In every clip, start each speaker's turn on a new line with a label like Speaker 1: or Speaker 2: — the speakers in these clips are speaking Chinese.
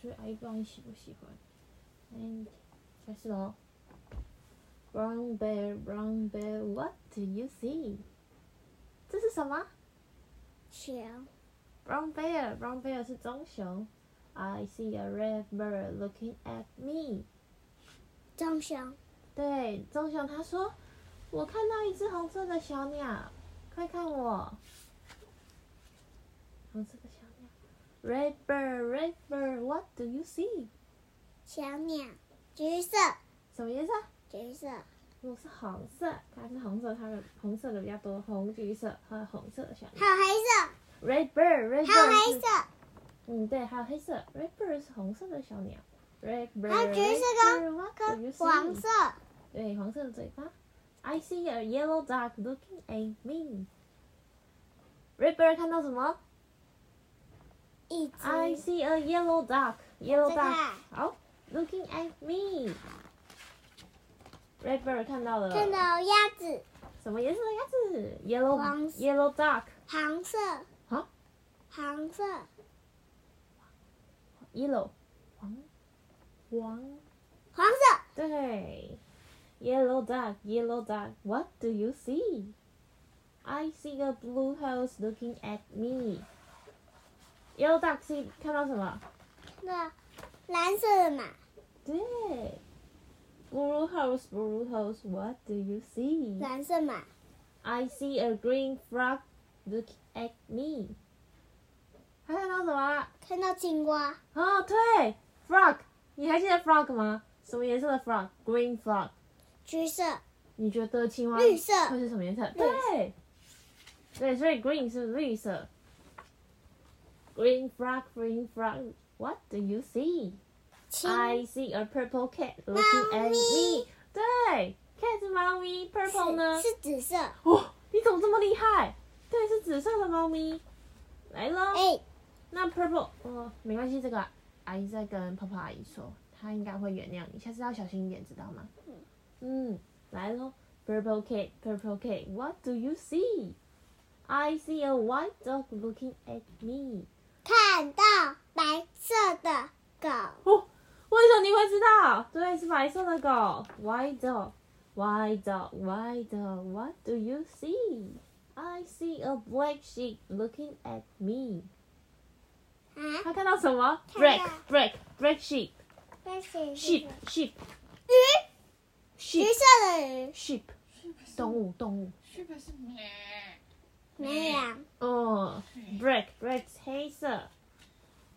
Speaker 1: 所以阿姨不知道你喜不喜欢。嗯，开始喽。Brown bear, brown bear, what do you see？这是什么
Speaker 2: 熊，
Speaker 1: ？Brown bear, brown bear 是棕熊。I see a red bird looking at me。
Speaker 2: 棕熊，
Speaker 1: 对，棕熊他说：“我看到一只红色的小鸟，快看我！”红色的小鸟，Red bird, red bird, what do you see？
Speaker 2: 小鸟，橘色，
Speaker 1: 什么颜色？
Speaker 2: 橘色，
Speaker 1: 如果是红色，它是红色，它的红色的比较多，红橘色还有红色的小鸟。
Speaker 2: 还有黑色，
Speaker 1: Red bird, red
Speaker 2: 还有
Speaker 1: bird，
Speaker 2: 黑
Speaker 1: 是
Speaker 2: 色，
Speaker 1: 嗯，对，还有黑色。Red bird 是红色的小鸟。Red bird，
Speaker 2: 还有橘色
Speaker 1: red
Speaker 2: 跟
Speaker 1: bird, what do you
Speaker 2: 跟
Speaker 1: see？
Speaker 2: 黄色，
Speaker 1: 对，黄色的嘴巴。I see a yellow duck looking at me. Red bird 看到什么
Speaker 2: 一只，
Speaker 1: ？I see a yellow duck. Yellow
Speaker 2: 这个啊
Speaker 1: duck 好，looking at me. Red bird 看到了
Speaker 2: 看到鸭子，
Speaker 1: 什么颜色的鸭子？Yellow
Speaker 2: 黄色
Speaker 1: yellow duck.
Speaker 2: 黄色，
Speaker 1: 啊
Speaker 2: 黄色，
Speaker 1: Yellow 黄黄
Speaker 2: 黄色，
Speaker 1: 对，Yellow duck, yellow duck, what do you see? I see a blue house looking at me. Yellow duck 是看到什么？
Speaker 2: 那蓝色的马，
Speaker 1: 对，blue house, blue house, what do you see?
Speaker 2: 蓝色马，
Speaker 1: I see a green frog looking at me. 还看到什么？
Speaker 2: 看到青蛙，
Speaker 1: 哦，对，frog，你还记得 frog 吗？什么颜色的 frog？Green frog。
Speaker 2: 橘色，
Speaker 1: 你觉得青蛙
Speaker 2: 绿色
Speaker 1: 会是什么颜色？
Speaker 2: 绿色
Speaker 1: 对，对，所以 green 是绿色。Green frog, green frog, what do you see?
Speaker 2: 青，
Speaker 1: I see a purple cat looking at
Speaker 2: 猫咪
Speaker 1: me. 对，cat 是猫咪，purple 呢
Speaker 2: 是？是紫色，
Speaker 1: 哦，你怎么这么厉害？对，是紫色的猫咪。来喽，
Speaker 2: 哎，
Speaker 1: 那 purple，哦，没关系，这个阿姨在跟泡泡阿姨说，她应该会原谅你，下次要小心一点，知道吗？嗯，来喽，purple cat, purple cat, what do you see? I see a white dog looking at me.
Speaker 2: 看到白色的狗。
Speaker 1: 哦，为什么你会知道？对，是白色的狗，white dog, white dog, white dog, what do you see? I see a black sheep looking at me.
Speaker 2: 啊，
Speaker 1: 他看到什么
Speaker 2: 看
Speaker 1: ？black,
Speaker 2: 到
Speaker 1: black, black sheep,
Speaker 2: 那是
Speaker 1: sheep, sheep,
Speaker 2: 鱼，橘
Speaker 1: sheep.
Speaker 2: 色的鱼，
Speaker 1: sheep 动物动物，
Speaker 3: 是不是咩？
Speaker 2: 绵羊，
Speaker 1: 哦，black black 黑色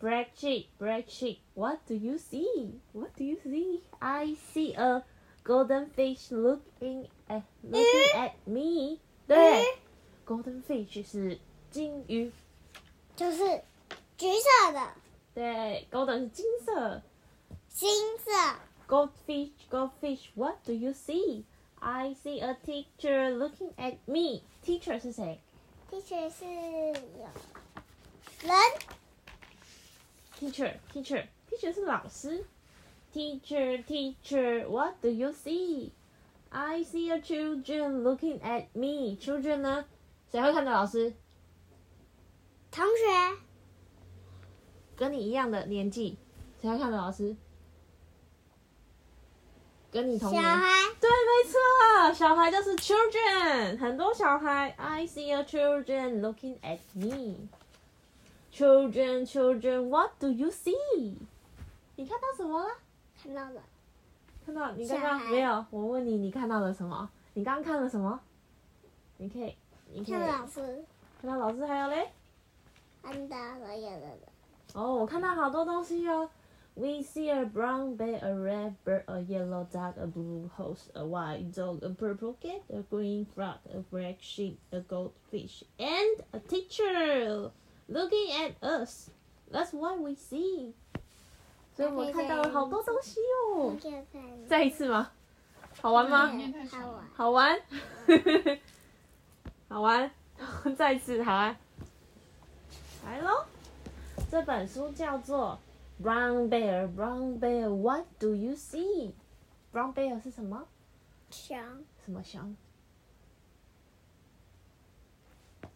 Speaker 1: ，black sheep black sheep what do you see what do you see I see a golden fish looking at looking at me 对
Speaker 2: 鱼
Speaker 1: ，golden fish 是金鱼，
Speaker 2: 就是橘色的、
Speaker 1: 对，golden 是金色
Speaker 2: 金色、
Speaker 1: ，goldfish goldfish what do you see I see a teacher looking at me teacher 是谁
Speaker 2: Teacher 是有人，
Speaker 1: Teacher, teacher, teacher 是老师。Teacher, teacher, what do you see? I see a children looking at me. Children 呢？谁会看到老师？
Speaker 2: 同学，
Speaker 1: 跟你一样的年纪，谁会看到老师？跟你同
Speaker 2: 小
Speaker 1: 年。
Speaker 2: 孩，
Speaker 1: 对，没错，小孩就是 children，很多小孩。I see a children looking at me. Children, children, what do you see? 你看到什么了？
Speaker 2: 看到了
Speaker 1: 看到你
Speaker 2: 小
Speaker 1: 刚刚
Speaker 2: 孩
Speaker 1: 没有？我问你，你看到了什么？你刚刚看了什么？你可以，你可以
Speaker 2: 看到老师，
Speaker 1: 看到老师还有嘞？
Speaker 2: 看到所有的人，
Speaker 1: 哦，我看到好多东西哦。We see a brown bear, a red bird, a yellow duck, a blue horse, a white dog, a purple cat, a green frog, a black sheep, a goldfish, and a teacher looking at us. That's what we see. 所以我看到了好多东西哦
Speaker 2: 你。可以看
Speaker 1: 再一次吗？好玩吗？
Speaker 2: 嗯好玩，
Speaker 1: 好玩， 好玩， 再次好玩，来喽！这本书叫做《Brown Bear》，Brown Bear What Do You See？Brown Bear 是什么？
Speaker 2: 熊，
Speaker 1: 什么熊？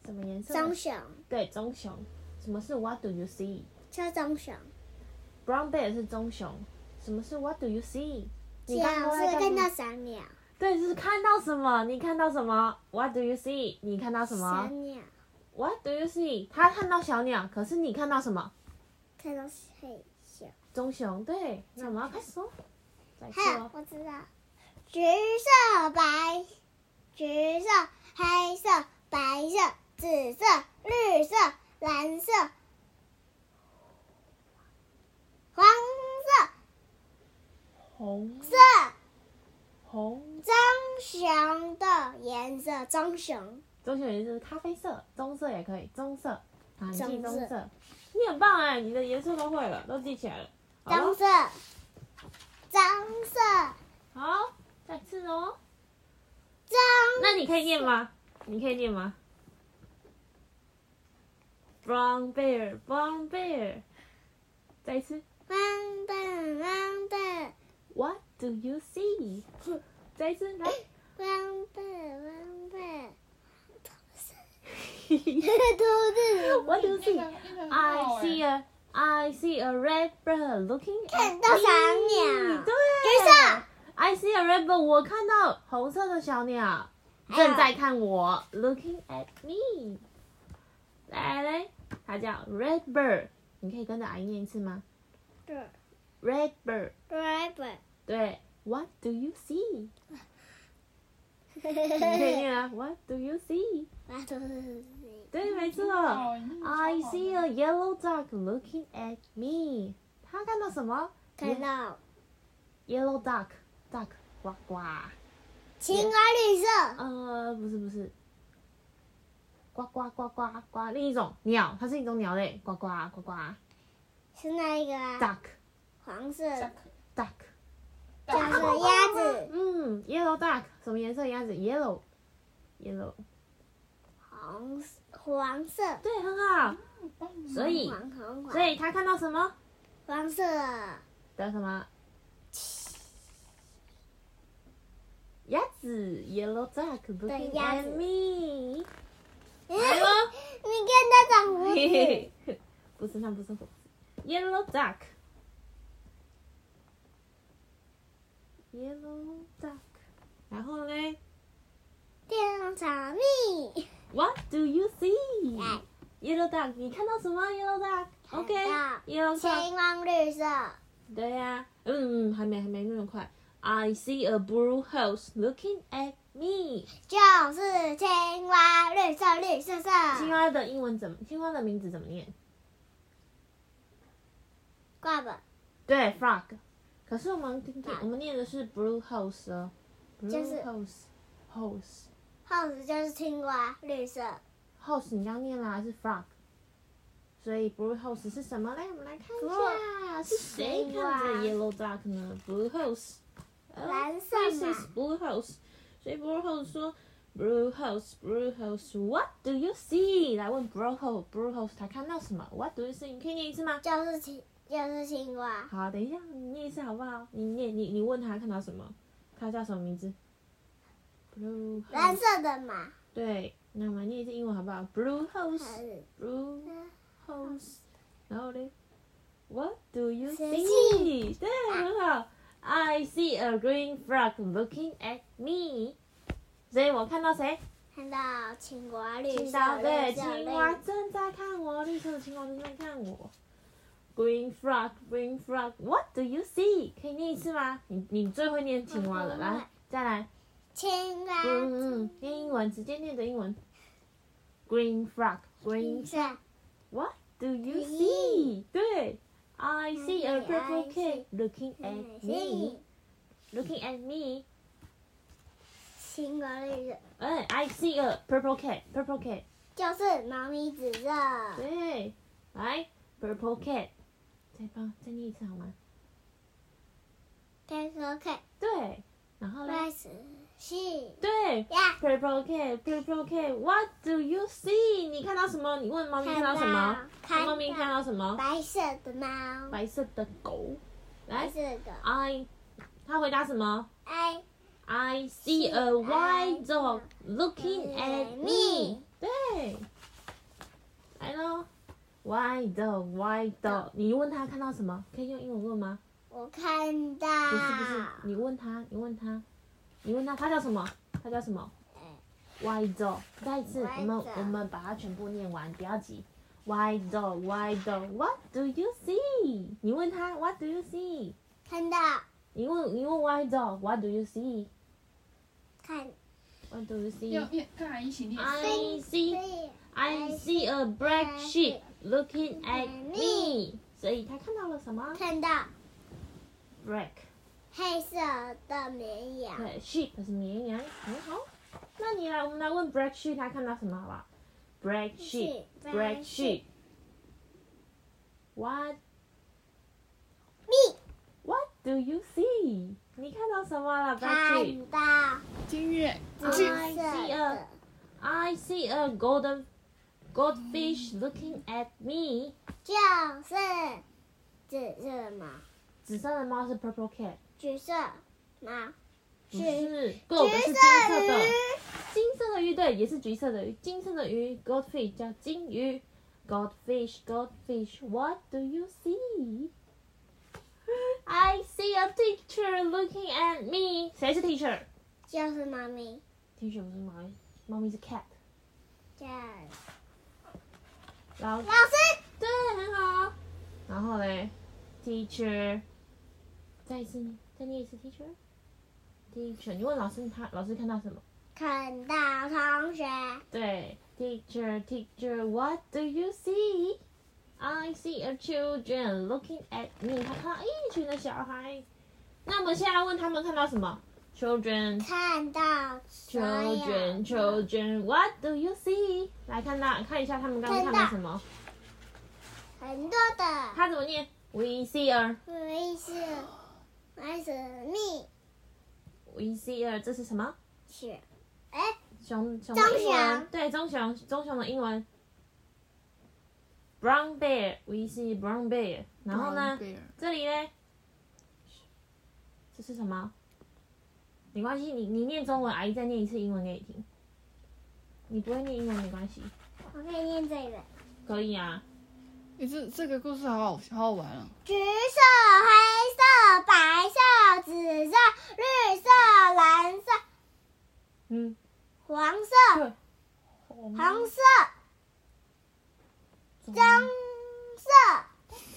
Speaker 1: 什么颜色？
Speaker 2: 棕熊，
Speaker 1: 对，棕熊。什么是 What Do You See？Brown
Speaker 2: 叫棕熊，
Speaker 1: brown bear 是棕熊。什么是 What do you see？你
Speaker 2: 这
Speaker 1: 刚
Speaker 2: 样
Speaker 1: 刚
Speaker 2: 是
Speaker 1: 在干
Speaker 2: 看
Speaker 1: 嘛
Speaker 2: 到小鸟，
Speaker 1: 对，就是看到什么？你看到什么？What do you see？你看到什
Speaker 2: 小
Speaker 1: 么啊
Speaker 2: 鸟
Speaker 1: ？What do you see？他看到小鸟，可是你看到什么？
Speaker 2: 看到黑熊。
Speaker 1: 棕熊。对，那我们要开始哦。再次
Speaker 2: 还有
Speaker 1: 哦，
Speaker 2: 我知道，橘色、白、橘色、黑色、白色、紫色、绿色、蓝色、黄色、
Speaker 1: 红
Speaker 2: 色
Speaker 1: 红
Speaker 2: 棕熊的颜色，棕熊
Speaker 1: 棕熊也是咖啡色，棕色也可以，棕色啊，你记
Speaker 2: 棕色
Speaker 1: 棕色，你很棒哎，你的颜色都会了，都记起来了。好
Speaker 2: 棕
Speaker 1: 了，
Speaker 2: 色，棕色，
Speaker 1: 好，再次哦。
Speaker 2: 棕。
Speaker 1: 那你可以念吗？你可以念吗？Brown bear, brown bear。再一次
Speaker 2: 汪蛋汪蛋
Speaker 1: ，What do you see？再一次 来，
Speaker 2: 汪蛋汪蛋，
Speaker 1: What do you
Speaker 2: 兔子
Speaker 1: see？I
Speaker 3: à?
Speaker 1: see a, I see a red bird looking at
Speaker 2: 看到小
Speaker 1: me
Speaker 2: 鸟
Speaker 1: 对，
Speaker 2: 橘色。
Speaker 1: I see a red bird，我看到红色的小鸟
Speaker 2: 还有
Speaker 1: 正在看我，looking at me。来来，来它叫 red bird，你可以跟着阿姨念一次吗？Red bird，
Speaker 2: Rabbit，
Speaker 1: 对，What do you see？你可以念啊，What do you see？
Speaker 2: 拉肚子，
Speaker 1: 对，没错。I see a yellow duck looking at me。它看到什么
Speaker 2: 看到
Speaker 1: ？Yellow duck duck 呱呱。
Speaker 2: 青蛙绿色，
Speaker 1: 呃，不是不是，呱呱呱呱呱，另一种鸟，它是一种鸟类，呱呱呱呱
Speaker 2: 是那一个啊，
Speaker 1: duck
Speaker 2: 黄色，这
Speaker 1: duck。
Speaker 2: 是鸭子，
Speaker 1: 嗯，yellow duck 什么颜色鸭子？yellow yellow。
Speaker 2: 红色黄色，
Speaker 1: 对，很好。所以
Speaker 2: 黄黄
Speaker 1: 所
Speaker 2: 黄
Speaker 1: 以它看到什么
Speaker 2: 黄色，
Speaker 1: 的什么？鸭子，yellow duck looking
Speaker 2: 鸭
Speaker 1: at
Speaker 2: 子
Speaker 1: me。
Speaker 2: 你
Speaker 1: 来咯
Speaker 2: 看它长胡
Speaker 1: 嘿
Speaker 2: 子，
Speaker 1: 嘿嘿不是，它不是猴子。Yellow duck。Yellow duck。然后呢
Speaker 2: 变成草蜜，
Speaker 1: ？What do you see?
Speaker 2: 来
Speaker 1: Yellow duck，你看到什么？Yellow duck。
Speaker 2: 看
Speaker 1: OK
Speaker 2: 到。
Speaker 1: Yellow duck。
Speaker 2: 青光绿色，
Speaker 1: 对呀、嗯，还没还没那么快。I see a blue house looking at me。
Speaker 2: 就是青蛙绿色绿色色，
Speaker 1: 青蛙的英文怎么？青蛙的名字怎么念？
Speaker 2: 挂吧，
Speaker 1: 对，frog。可是我们听
Speaker 2: Frog
Speaker 1: 我们念的是 blue house 哦，blue
Speaker 2: 就是
Speaker 1: house house
Speaker 2: 后子就是青蛙绿
Speaker 1: 哎
Speaker 2: 色。
Speaker 1: house，你刚念了还是 frog？所以 blue house 是什么嘞？我们来看一
Speaker 2: Frog
Speaker 1: 下，是谁看着 yellow duck 呢？blue house，呃
Speaker 2: 蓝色
Speaker 1: ，This
Speaker 2: 嘛
Speaker 1: is blue house。所以 blue house 说，blue house，blue house，what do you see？来问 blue house，blue house 他看到什么？What do you see？你可以念一次吗？
Speaker 2: 就是青，就是青蛙，
Speaker 1: 好，等一下，你念一次好不好？你念，你你问他看到什么？他叫什么名字？Blue
Speaker 2: 蓝
Speaker 1: House。
Speaker 2: 色的马，
Speaker 1: 对，那我们念一次英文好不好？Blue
Speaker 2: 还
Speaker 1: House,
Speaker 2: 是
Speaker 1: Blue House。然后嘞，What do you
Speaker 2: 谁
Speaker 1: see？对，很好。I see a green frog looking at me。所以我看到谁？
Speaker 2: 看到青蛙绿
Speaker 1: 青
Speaker 2: 色
Speaker 1: 蛙对，
Speaker 2: 绿色
Speaker 1: 青
Speaker 2: 绿
Speaker 1: 蛙正在看我，绿色的青蛙正在看我。Green frog, green frog, what do you see？可以念一次吗？你你最会念青蛙了，
Speaker 2: 我不会
Speaker 1: 来，再来，
Speaker 2: 青蛙
Speaker 1: 嗯嗯，念英文，直接念着英文。Green frog,
Speaker 2: 绿
Speaker 1: green,
Speaker 2: 色，
Speaker 1: what do you see？
Speaker 2: See
Speaker 1: 对，I see a purple cat looking at
Speaker 2: 是
Speaker 1: me, looking at me。
Speaker 2: 青蛙绿色，
Speaker 1: 哎，I see a purple cat, purple cat。
Speaker 2: 就是猫咪紫色，
Speaker 1: 对，来，purple cat，再帮再念一次好吗？
Speaker 2: 看可看，
Speaker 1: 对，然后嘞，
Speaker 2: 白色系
Speaker 1: 对
Speaker 2: 呀，
Speaker 1: ，purple cat，purple cat，what do you see？你看到什么？你问猫咪看到什么？
Speaker 2: 看
Speaker 1: 猫咪看
Speaker 2: 到
Speaker 1: 到什么？
Speaker 2: 白色的猫，
Speaker 1: 白色的狗。
Speaker 2: 白
Speaker 1: 来
Speaker 2: 色的
Speaker 1: ，I，它回答什么
Speaker 2: 哎，
Speaker 1: ？I see a white dog looking at me。对，来喽。 White dog, white dog。你问他看到什么？可以用英文问吗？
Speaker 2: 我看到，
Speaker 1: 不是不是，你问他，你问他，你问他，他叫什么？他叫什么？White dog。再一次，
Speaker 2: White
Speaker 1: 我们
Speaker 2: dog
Speaker 1: 我们把它全部念完，不要急。White dog, white dog. What do you see？你问他，What do you see？
Speaker 2: 看到，
Speaker 1: 你问你问 White dog, What do you see？What
Speaker 2: 看
Speaker 1: do you see？
Speaker 3: 要要跟阿姨一起念。
Speaker 1: I see, I see a black sheep looking at me。所以他看到了什么
Speaker 2: 看到
Speaker 1: ？Black，
Speaker 2: 黑色的绵羊，
Speaker 1: 对，sheep 是绵羊，很好。那你来，我们来问 black sheep，他看到什么好不好？Black sheep, black sheep。What,
Speaker 2: 蜜
Speaker 1: what do you see？你看到什么了，black sheep？
Speaker 2: 看到
Speaker 3: 金月，
Speaker 2: 紫色的
Speaker 1: I see a golden goldfish looking at me。
Speaker 2: 就是紫色吗？
Speaker 1: 紫色的猫是 purple cat，
Speaker 2: 橘色吗？
Speaker 1: 不
Speaker 2: 是
Speaker 1: 是
Speaker 2: 橘
Speaker 1: ，gold 嗯是金色
Speaker 2: 色
Speaker 1: 的。
Speaker 2: 鱼，
Speaker 1: 金色的鱼，对，也是橘色的鱼。金色的鱼，goldfish 叫金鱼，goldfish，goldfish，what do you see? I see a teacher looking at me。谁是 teacher？
Speaker 2: 就是妈咪，
Speaker 1: teacher 不是猫咪，猫咪是 cat。
Speaker 2: 就是
Speaker 1: 然后
Speaker 2: 老师，
Speaker 1: 对，很好。然后嘞，teacher，再一次念，再念一次 teacher。teacher，你问老师他老师看到什么？
Speaker 2: 看到同学，
Speaker 1: 对，teacher teacher what do you see? I see a children looking at me。他看到一群的小孩。那我们现在问他们看到什么？Children
Speaker 2: 看到所有
Speaker 1: children children what do you see? 来看到看一下他们刚刚看
Speaker 2: 看
Speaker 1: 到
Speaker 2: 到
Speaker 1: 什么？
Speaker 2: 很多的。
Speaker 1: 他怎么念？We see a
Speaker 2: 我是我是蜜
Speaker 1: we see a 这是什么？
Speaker 2: 雪，哎，
Speaker 1: 熊熊
Speaker 2: 棕
Speaker 1: 的英文
Speaker 2: 熊
Speaker 1: 对棕熊棕熊的英文 brown bear we see brown bear。然后呢？这里嘞，这是什么？没关系，你你念中文，阿姨再念一次英文给你听。你不会念英文没关系，
Speaker 2: 我可以念这个。
Speaker 1: 可以啊。
Speaker 3: 你这这个故事好好好好玩啊！
Speaker 2: 橘色、黑色、白色、紫色、绿色、蓝色、
Speaker 1: 嗯，
Speaker 2: 黄
Speaker 1: 对
Speaker 2: 色、
Speaker 1: 红
Speaker 2: 红色、棕
Speaker 1: 棕
Speaker 2: 色。